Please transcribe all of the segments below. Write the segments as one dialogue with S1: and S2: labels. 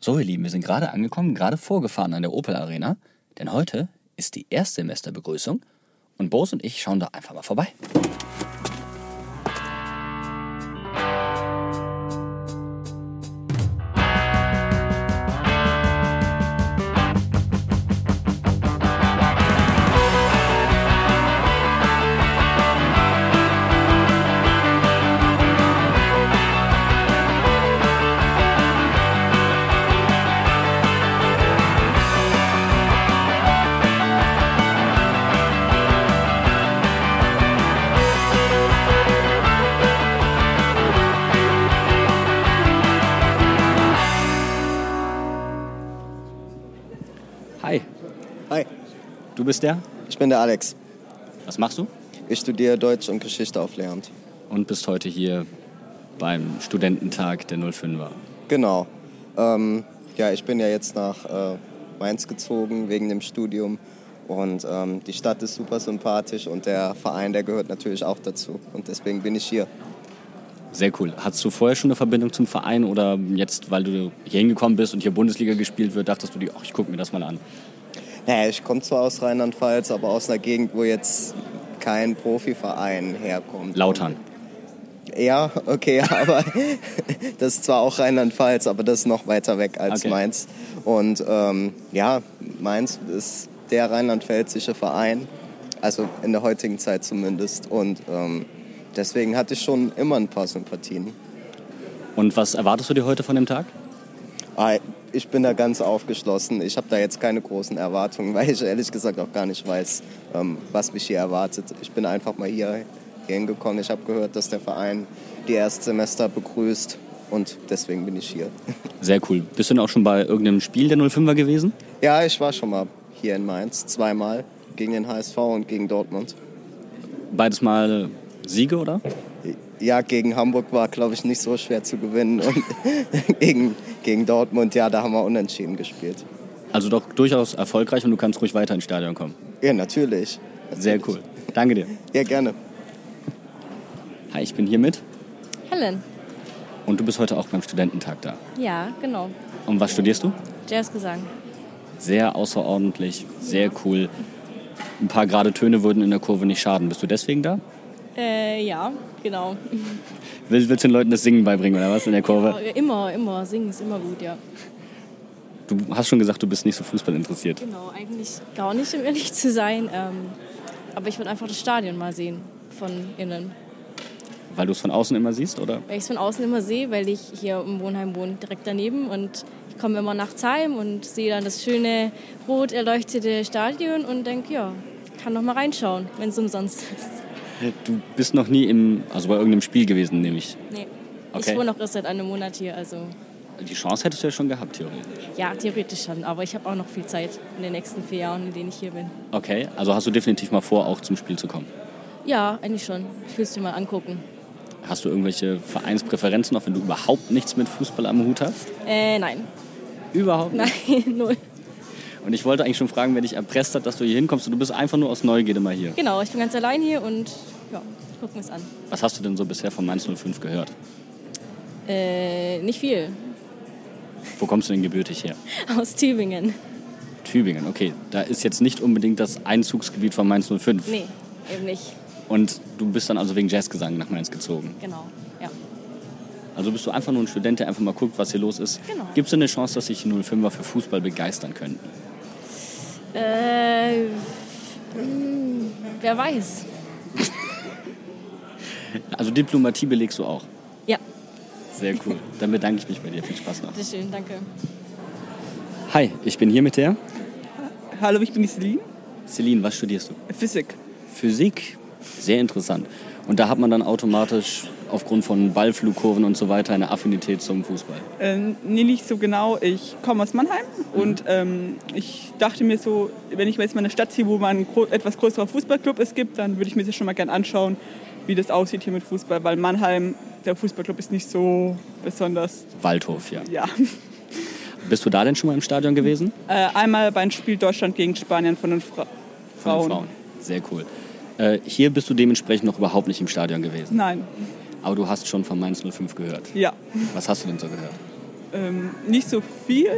S1: So, ihr Lieben, wir sind gerade angekommen, gerade vorgefahren an der Opel Arena, denn heute ist die Erstsemesterbegrüßung und Boris und ich schauen da einfach mal vorbei. Hi,
S2: Hi,
S1: du bist der?
S2: ich bin der Alex.
S1: Was machst du?
S2: Ich studiere Deutsch und Geschichte auf Lehramt.
S1: Und bist heute hier beim Studententag der 05er.
S2: Genau. Ähm, ja, ich bin ja jetzt nach äh, Mainz gezogen wegen dem Studium. Und ähm, die Stadt ist super sympathisch und der Verein, der gehört natürlich auch dazu. Und deswegen bin ich hier.
S1: Sehr cool. Hattest du vorher schon eine Verbindung zum Verein oder jetzt, weil du hier hingekommen bist und hier Bundesliga gespielt wird, dachtest du dir, ach, ich gucke mir das mal an.
S2: Naja, ich komme zwar aus Rheinland-Pfalz, aber aus einer Gegend, wo jetzt kein Profiverein herkommt.
S1: Lautern.
S2: Ja, okay, aber das ist zwar auch Rheinland-Pfalz, aber das ist noch weiter weg als
S1: Okay.
S2: Mainz. Und ähm, ja, Mainz ist der rheinland-pfälzische Verein, also in der heutigen Zeit zumindest. Und ähm, deswegen hatte ich schon immer ein paar Sympathien.
S1: Und was erwartest du dir heute von dem Tag?
S2: Ah, Ich bin da ganz aufgeschlossen. Ich habe da jetzt keine großen Erwartungen, weil ich ehrlich gesagt auch gar nicht weiß, ähm, was mich hier erwartet. Ich bin einfach mal hier hingekommen. Ich habe gehört, dass der Verein die Erstsemester begrüßt und deswegen bin ich hier.
S1: Sehr cool. Bist du denn auch schon bei irgendeinem Spiel der 05er gewesen?
S2: Ja, ich war schon mal hier in Mainz, zweimal gegen den HSV und gegen Dortmund.
S1: Beides Mal Siege, oder?
S2: Ja, gegen Hamburg war, glaube ich, nicht so schwer zu gewinnen und gegen, gegen Dortmund, ja, da haben wir unentschieden gespielt.
S1: Also doch durchaus erfolgreich und du kannst ruhig weiter ins Stadion kommen.
S2: Ja, natürlich.
S1: Sehr cool. Danke dir.
S2: Ja, gerne.
S1: Hi, ich bin hier mit
S3: Helen.
S1: und du bist heute auch beim Studententag da.
S3: Ja, genau.
S1: Und was studierst du?
S3: Jazzgesang.
S1: Sehr außerordentlich, sehr cool. Ein paar gerade Töne würden in der Kurve nicht schaden. Bist du deswegen da?
S3: Äh, ja, genau.
S1: Will- Willst du den Leuten das Singen beibringen oder was in der Kurve?
S3: Immer, immer. Singen ist immer gut, ja.
S1: Du hast schon gesagt, du bist nicht so Fußball interessiert.
S3: Genau, eigentlich gar nicht, um ehrlich zu sein. Ähm, aber ich würde einfach das Stadion mal sehen von innen.
S1: Weil du es von außen immer siehst, oder?
S3: Weil ich es von außen immer sehe, weil ich hier im Wohnheim wohne, direkt daneben. Und ich komme immer nachts heim und sehe dann das schöne, rot erleuchtete Stadion und denke, ja, kann noch mal reinschauen, wenn es umsonst ist.
S1: Äh, Du bist noch nie im, also bei irgendeinem Spiel gewesen, nämlich.
S3: Nee.
S1: Okay.
S3: Ich wohne auch erst seit einem Monat hier, also
S1: Die Chance hättest du ja schon gehabt, theoretisch.
S3: Ja, theoretisch schon, aber ich habe auch noch viel Zeit in den nächsten vier Jahren, in denen ich hier bin.
S1: Okay, also hast du definitiv mal vor, auch zum Spiel zu kommen.
S3: Ja, eigentlich schon. Ich will es dir mal angucken.
S1: Hast du irgendwelche Vereinspräferenzen, auch wenn du überhaupt nichts mit Fußball am Hut hast?
S3: Äh, nein.
S1: Überhaupt nicht.
S3: Nein, null.
S1: Und ich wollte eigentlich schon fragen, wer dich erpresst hat, dass du hier hinkommst. Und du bist einfach nur aus Neugierde mal hier.
S3: Genau, ich bin ganz allein hier und ja, gucken wir es an.
S1: Was hast du denn so bisher von Mainz 05 gehört?
S3: Äh, nicht viel.
S1: Wo kommst du denn gebürtig her?
S3: Aus Tübingen.
S1: Tübingen, okay. Da ist jetzt nicht unbedingt das Einzugsgebiet von Mainz 05.
S3: Nee, eben nicht.
S1: Und du bist dann also wegen Jazzgesang nach Mainz gezogen.
S3: Genau, ja.
S1: Also bist du einfach nur ein Student, der einfach mal guckt, was hier los ist.
S3: Genau.
S1: Gibt es denn eine Chance, dass sich die 05er für Fußball begeistern könnten?
S3: Äh, hm, wer weiß.
S1: Also Diplomatie belegst du auch.
S3: Ja,
S1: Sehr cool. Dann bedanke ich mich bei dir. Viel Spaß noch.
S3: bitteschön, danke.
S1: Hi, ich bin hier mit der.
S4: Hallo, ich bin die Celine.
S1: Celine, was studierst du?
S4: Physik.
S1: Physik. Sehr interessant. Und da hat man dann automatisch aufgrund von Ballflugkurven und so weiter eine Affinität zum Fußball.
S4: Ähm, nee, nicht so genau. Ich komme aus Mannheim und ähm, ich dachte mir so, wenn ich jetzt mal eine Stadt ziehe, wo man einen gro etwas größerer Fußballclub es gibt, dann würde ich mir das schon mal gern anschauen, wie das aussieht hier mit Fußball, weil Mannheim, der Fußballclub ist nicht so besonders,
S1: Waldhof, ja.
S4: ja.
S1: Bist du da denn schon mal im Stadion gewesen?
S4: Äh, einmal beim Spiel Deutschland gegen Spanien von den Fra
S1: Von den
S4: Frauen.
S1: Frauen. Sehr cool. Äh, hier bist du dementsprechend noch überhaupt nicht im Stadion gewesen.
S4: Nein,
S1: Aber du hast schon von Mainz 05 gehört.
S4: ja.
S1: Was hast du denn so gehört?
S4: ähm, nicht so viel,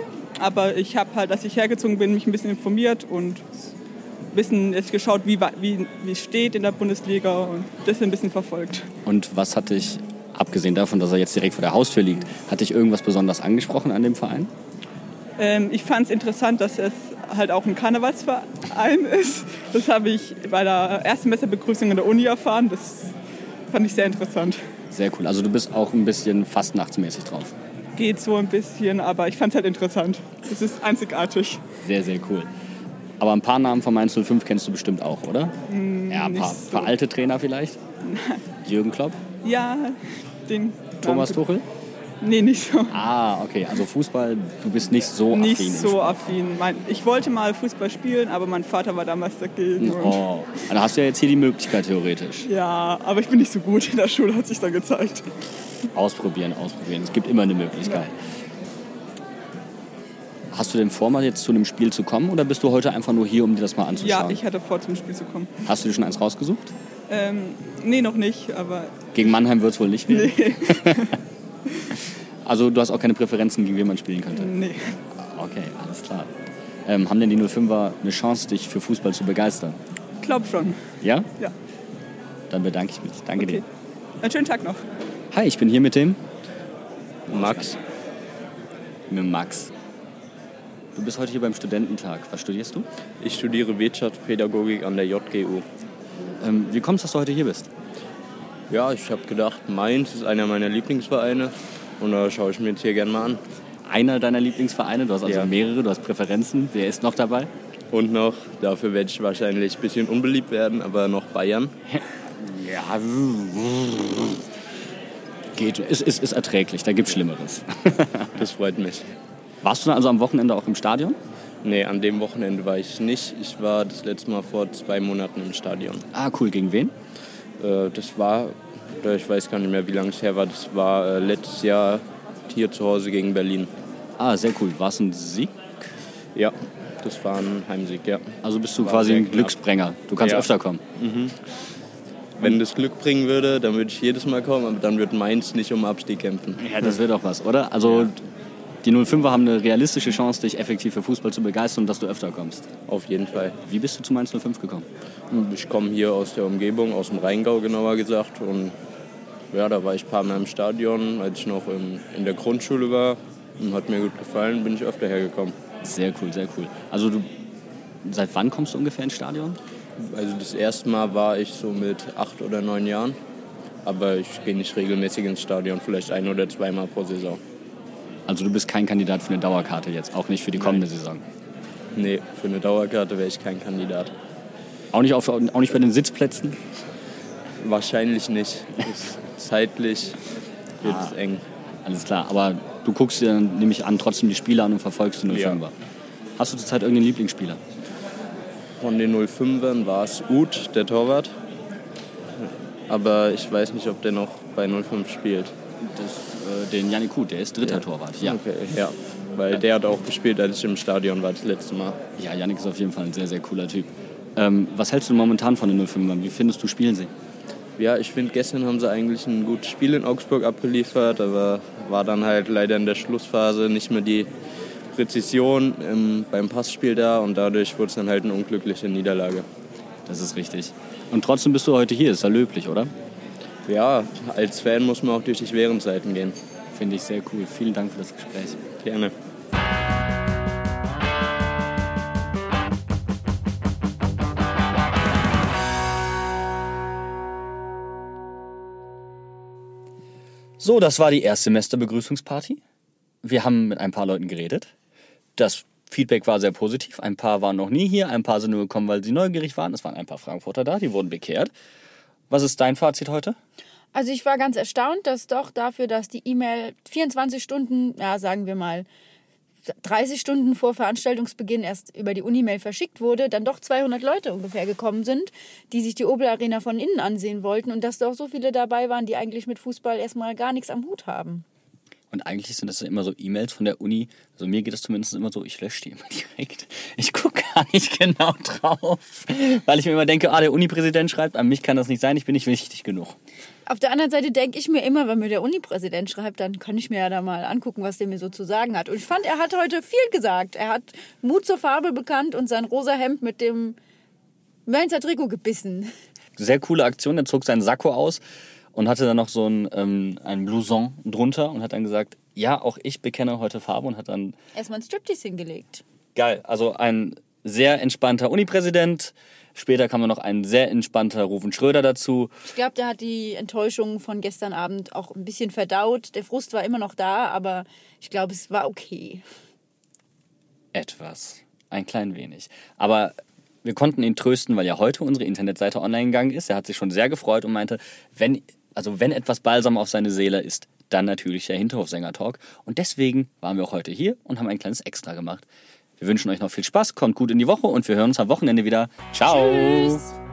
S4: aber ich habe halt, als ich hergezogen bin, mich ein bisschen informiert und ein bisschen jetzt geschaut, wie wa- wie wie es steht in der Bundesliga und das ein bisschen verfolgt.
S1: Und was hat dich, abgesehen davon, dass er jetzt direkt vor der Haustür liegt, hat dich irgendwas besonders angesprochen an dem Verein?
S4: Ähm, ich fand es interessant, dass es halt auch ein Karnevalsverein ist. Das habe ich bei der ersten Messerbegrüßung in der Uni erfahren. Das fand ich sehr interessant.
S1: Sehr cool. Also du bist auch ein bisschen fastnachtsmäßig drauf.
S4: Geht so ein bisschen, aber ich fand es halt interessant. Es ist einzigartig.
S1: Sehr, sehr cool. Aber ein paar Namen von Mainz 05 kennst du bestimmt auch, oder? ja, ein
S4: Mm, nicht
S1: paar,
S4: so.
S1: paar alte Trainer vielleicht. Jürgen Klopp,
S4: Ja, den.
S1: Thomas Tuchel.
S4: Nee, nicht so.
S1: Ah, okay. Also Fußball, du bist nicht so
S4: Nicht
S1: affin. im
S4: so affin. Mein, ich wollte mal Fußball spielen, aber mein Vater war damals dagegen.
S1: Spiel.
S4: Und
S1: Oh, dann hast du ja jetzt hier die Möglichkeit theoretisch.
S4: ja, aber ich bin nicht so gut in der Schule, hat sich dann gezeigt.
S1: Ausprobieren, ausprobieren. Es gibt immer eine Möglichkeit. Hast du denn vor, mal jetzt zu einem Spiel zu kommen oder bist du heute einfach nur hier, um dir das mal anzuschauen?
S4: Ja, ich hatte vor, zum Spiel zu kommen.
S1: Hast du dir schon eins rausgesucht?
S4: Ähm, nee, noch nicht, aber
S1: Gegen Mannheim wird es wohl nicht werden. also du hast auch keine Präferenzen, gegen wen man spielen könnte.
S4: nee.
S1: Okay, alles klar. Ähm, haben denn die 05er eine Chance, dich für Fußball zu begeistern?
S4: Glaub schon.
S1: Ja?
S4: Ja.
S1: Dann bedanke ich mich. Danke
S4: Okay.
S1: dir.
S4: Einen Äh, schönen Tag noch.
S1: Hi, ich bin hier mit dem
S5: Max,
S1: mit Max. Du bist heute hier beim Studententag. Was studierst du?
S5: ich studiere Wirtschaftspädagogik an der JGU.
S1: Ähm, wie kommt es, dass du heute hier bist?
S5: Ja, ich habe gedacht, Mainz ist einer meiner Lieblingsvereine und da schaue ich mir jetzt hier gerne mal an.
S1: Einer deiner Lieblingsvereine, du hast also
S5: Ja.
S1: mehrere, du hast Präferenzen. Wer ist noch dabei?
S5: Und noch, dafür werde ich wahrscheinlich ein bisschen unbeliebt werden, aber noch Bayern.
S1: Ja. Geht, ist, ist, ist erträglich, da gibt's Schlimmeres.
S5: Das freut mich.
S1: Warst du dann also am Wochenende auch im Stadion?
S5: Nee, an dem Wochenende war ich nicht. Ich war das letzte Mal vor zwei Monaten im Stadion.
S1: Ah, cool. Gegen wen?
S5: Äh, das war, oder ich weiß gar nicht mehr, wie lange es her war, das war äh, letztes Jahr hier zu Hause gegen Berlin.
S1: Ah, sehr cool. War es ein Sieg?
S5: Ja, das war ein Heimsieg, ja.
S1: Also bist du
S5: War
S1: quasi
S5: sehr
S1: ein
S5: knapp.
S1: Glücksbringer. Du kannst
S5: Ja.
S1: öfter kommen.
S5: Wenn das Glück bringen würde, dann würde ich jedes Mal kommen, aber dann wird Mainz nicht um Abstieg kämpfen.
S1: Ja, das wird doch was, oder? Also die 05er haben eine realistische Chance, dich effektiv für Fußball zu begeistern und dass du öfter kommst.
S5: Auf jeden Fall.
S1: Wie bist du zu Mainz 05 gekommen?
S5: Ich komme hier aus der Umgebung, aus dem Rheingau genauer gesagt. Und ja, da war ich ein paar Mal im Stadion, als ich noch im, in der Grundschule war. Und hat mir gut gefallen, bin ich öfter hergekommen.
S1: Sehr cool, sehr cool. Also du, seit wann kommst du ungefähr ins Stadion?
S5: Also das erste Mal war ich so mit acht oder neun Jahren. Aber ich gehe nicht regelmäßig ins Stadion, vielleicht ein oder zweimal pro Saison.
S1: Also du bist kein Kandidat für eine Dauerkarte jetzt, auch nicht für die kommende Saison.
S5: Nee, für eine Dauerkarte wäre ich kein Kandidat.
S1: Auch nicht, auf, auch nicht bei den Sitzplätzen?
S5: Wahrscheinlich nicht. Ist zeitlich wird es eng.
S1: Alles klar, aber du guckst dir dann, nehme ich an, trotzdem die Spiele an und verfolgst die 05er.
S5: Ja.
S1: Hast du zurzeit irgendeinen Lieblingsspieler?
S5: Von den 05ern war es Uth, der Torwart. Aber ich weiß nicht, ob der noch bei 05 spielt.
S1: Das, äh, den Janik Huth, der ist dritter Torwart. Ja.
S5: Okay, ja. Weil der hat auch gespielt, als ich im Stadion war das letzte Mal.
S1: ja, Janik ist auf jeden Fall ein sehr, sehr cooler Typ. Ähm, was hältst du momentan von den 05ern? Wie findest du spielen sie?
S5: Ja, ich finde, gestern haben sie eigentlich ein gutes Spiel in Augsburg abgeliefert, aber war dann halt leider in der Schlussphase nicht mehr die Präzision im, beim Passspiel da und dadurch wurde es dann halt eine unglückliche Niederlage.
S1: Das ist richtig. Und trotzdem bist du heute hier, ist ja löblich, oder?
S5: Ja, als Fan muss man auch durch die schweren Zeiten gehen.
S1: Finde ich sehr cool. Vielen Dank für das Gespräch.
S5: Gerne.
S1: So, das war die Erstsemester-Begrüßungsparty. Wir haben mit ein paar Leuten geredet. Das Feedback war sehr positiv. Ein paar waren noch nie hier, ein paar sind nur gekommen, weil sie neugierig waren. Es waren ein paar Frankfurter da, die wurden bekehrt. Was ist dein Fazit heute?
S6: Also ich war ganz erstaunt, dass doch dafür, dass die E-Mail 24 Stunden, ja sagen wir mal 30 Stunden vor Veranstaltungsbeginn erst über die Unimail verschickt wurde, dann doch 200 Leute ungefähr gekommen sind, die sich die Opel Arena von innen ansehen wollten und dass doch so viele dabei waren, die eigentlich mit Fußball erstmal gar nichts am Hut haben.
S1: Und eigentlich sind das ja immer so E-Mails von der Uni. Also mir geht das zumindest immer so, ich lösche die immer direkt. Ich gucke gar nicht genau drauf, weil ich mir immer denke, ah, der Unipräsident schreibt, an mich kann das nicht sein, ich bin nicht wichtig genug.
S6: Auf der anderen Seite denke ich mir immer, wenn mir der Uni-Präsident schreibt, dann kann ich mir ja da mal angucken, was der mir so zu sagen hat. Und ich fand, er hat heute viel gesagt. Er hat Mut zur Farbe bekannt und sein rosa Hemd mit dem Mainzer Trikot gebissen.
S1: Sehr coole Aktion. Er zog seinen Sakko aus und hatte dann noch so ein, ähm, ein Blouson drunter und hat dann gesagt, ja, auch ich bekenne heute Farbe und hat dann
S6: Erstmal ein Striptease hingelegt.
S1: Geil. Also ein sehr entspannter Uni-Präsident. Später kam dann noch ein sehr entspannter Rufen Schröder dazu.
S6: Ich glaube, der hat die Enttäuschung von gestern Abend auch ein bisschen verdaut. Der Frust war immer noch da, aber ich glaube, es war okay.
S1: Etwas. Ein klein wenig. Aber wir konnten ihn trösten, weil ja heute unsere Internetseite online gegangen ist. Er hat sich schon sehr gefreut und meinte, wenn, also wenn etwas Balsam auf seine Seele ist, dann natürlich der Hinterhofsänger-Talk. Und deswegen waren wir auch heute hier und haben ein kleines Extra gemacht. Wir wünschen euch noch viel Spaß, kommt gut in die Woche und wir hören uns am Wochenende wieder. Ciao!
S6: Tschüss.